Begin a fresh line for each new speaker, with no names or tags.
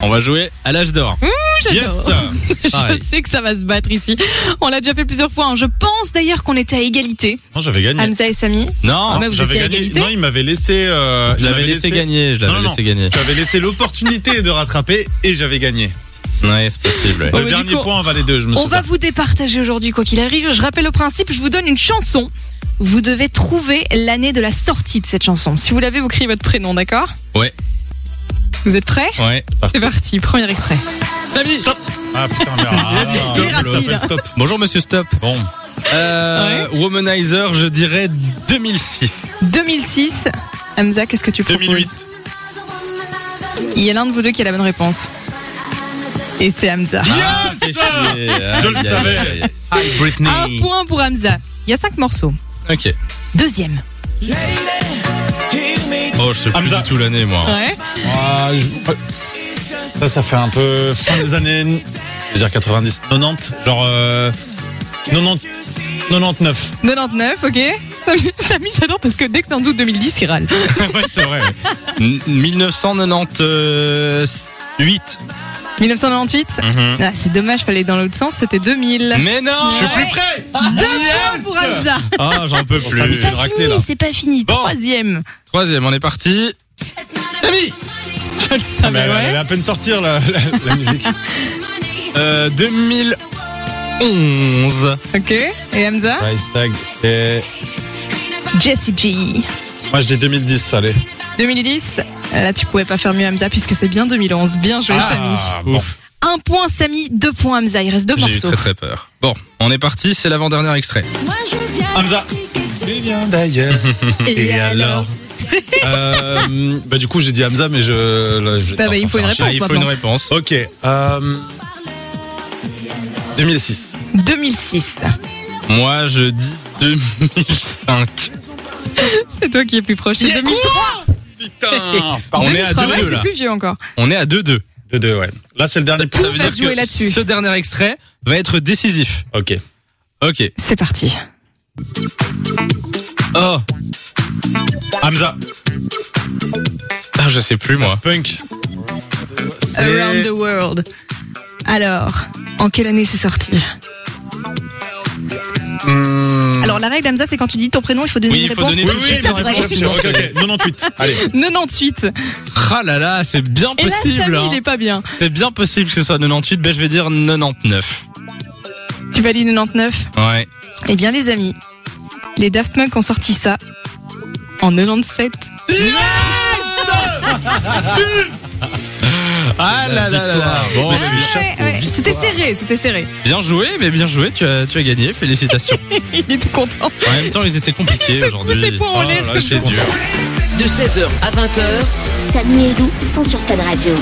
On va jouer à l'âge d'or.
Hum
J'adore.
Yes Pareil.
Je sais que ça va se battre ici. On l'a déjà fait plusieurs fois. hein. Je pense d'ailleurs qu'on était à égalité,
Non, j'avais
Mm.
gagné.
Hamza et Sami.
Non,
Ah, mais vous
j'avais
étiez à
gagné.
égalité
Non, il m'avait laissé. Euh, il
je l'avais
m'avait
laissé gagner, je l'avais
Non, non,
laissé gagner.
Tu avais laissé l'opportunité de rattraper et j'avais gagné.
Ouais, c'est possible. ouais.
Bon,
Le
Oh, mais du
dernier
coup,
point valait deux, je me
On va
souviens.
vous départager aujourd'hui, quoi qu'il arrive. Je rappelle le principe, je vous donne une chanson. Vous devez trouver l'année de la sortie de cette chanson. Si vous l'avez, vous criez votre prénom, d'accord
Ouais.
Vous êtes prêts
Ouais.
C'est parti, premier extrait.
Samy, stop.
Ah putain, merde.
Il a dit
Ah,
stop,
ça
rapide.
s'appelle stop.
Bonjour Monsieur Stop.
Bon,
Euh, Womanizer, je dirais 2006.
2006. Hamza, qu'est-ce que tu proposes
2008.
Il y a l'un de vous deux qui a la bonne réponse. Et c'est Hamza.
Ah, c'est chier.
Je
Aïe,
le
aïe,
savais.
aïe, aïe.
Hi
Un
Britney.
point pour Hamza. Il y a cinq morceaux.
Ok.
Deuxième.
Oh, je sais plus
Hamza.
du tout l'année, moi.
Ouais.
Ah, je- euh, Ça, ça fait un peu fin des années. Je veux dire 90, 90, genre euh, 90, 99.
99, ok. Samy- Samy, j'adore parce que dès que c'est en dessous de 2010, il râle.
ouais, c'est vrai. N- 1998.
1998
Mhm.
Mmh.
ah, C'est dommage, fallait dans l'autre sens, c'était 2000.
Mais non.
Je suis
Ouais.
plus près.
Mmh.
Deux points pour Hamza.
Ah, j'en peux
Ça
plus.
me fait
C'est
une
pas
raclée,
fini,
là.
c'est pas fini.
Bon. Ah,
Troisième.
Troisième, on est parti. Samy. bah,
Je le
Ah, mais
savais,
elle, elle
bah ouais.
va à peine sortir la, la, la musique.
Euh, 2011.
Ok. Et Hamza
Price tag, c'est.
Jessie G.
Moi, je dis 2010, allez.
2010 Euh, Là, tu pouvais pas faire mieux, Hamza, puisque c'est bien 2011. Bien joué,
Ah.
Samy.
Ah, bon.
Ouf.
Un point, Samy. Deux points, Hamza. Il reste deux
J'ai eu
morceaux.
très très peur. Bon, on est parti, c'est l'avant-dernier extrait.
Ah
Hamza. Tu viens d'ailleurs. Et alors Euh, Bah, du coup, j'ai dit Hamza, mais je. là, je-
Bah, bah, il faut une
ça marche.
Ah, il faut une
maintenant.
réponse.
Ok. euh, 2006.
2006.
Moi, je dis 2005.
C'est toi qui es plus proche. C'est 2003.
Putain
On
Pardon.
est à
Ah ouais,
2-2
c'est
là.
plus vieux encore.
On est à 2-2.
Deux, deux, ouais. Là, c'est le dernier
Tout
point.
va se jouer là-dessus.
ce dernier extrait va être décisif.
Ok.
Ok.
C'est parti.
Oh,
Hamza.
ah, je sais plus moi.
Daft Punk.
Euh, Around the World. Alors, en quelle année c'est sorti Alors la règle Hamza, c'est quand tu dis ton prénom, il faut donner
Oui,
une
il faut
réponse.
donner
Oui,
tout de
oui,
suite
non,
la
bien
réponse.
sûr, ok, ok. 98. Allez.
98.
Ah là là, c'est bien
Et là,
possible.
Samy,
hein.
il est pas bien.
C'est bien possible que ce soit 98, ben je vais dire 99.
Tu valides 99
Ouais.
Eh bien les amis, les Daft Punk ont sorti ça en 97.
Ah là là là là. Bon, bah,
Ah ouais, ouais. C'était serré, c'était serré.
bien joué, mais bien joué, tu as, tu as gagné, félicitations.
Il est tout content.
En même temps, ils étaient compliqués aujourd'hui.
poussé points en
Oh
l'air,
là,
je
c'était
comprends.
dur.
de 16h à 20h
Samy et Lou sont sur Fun Radio.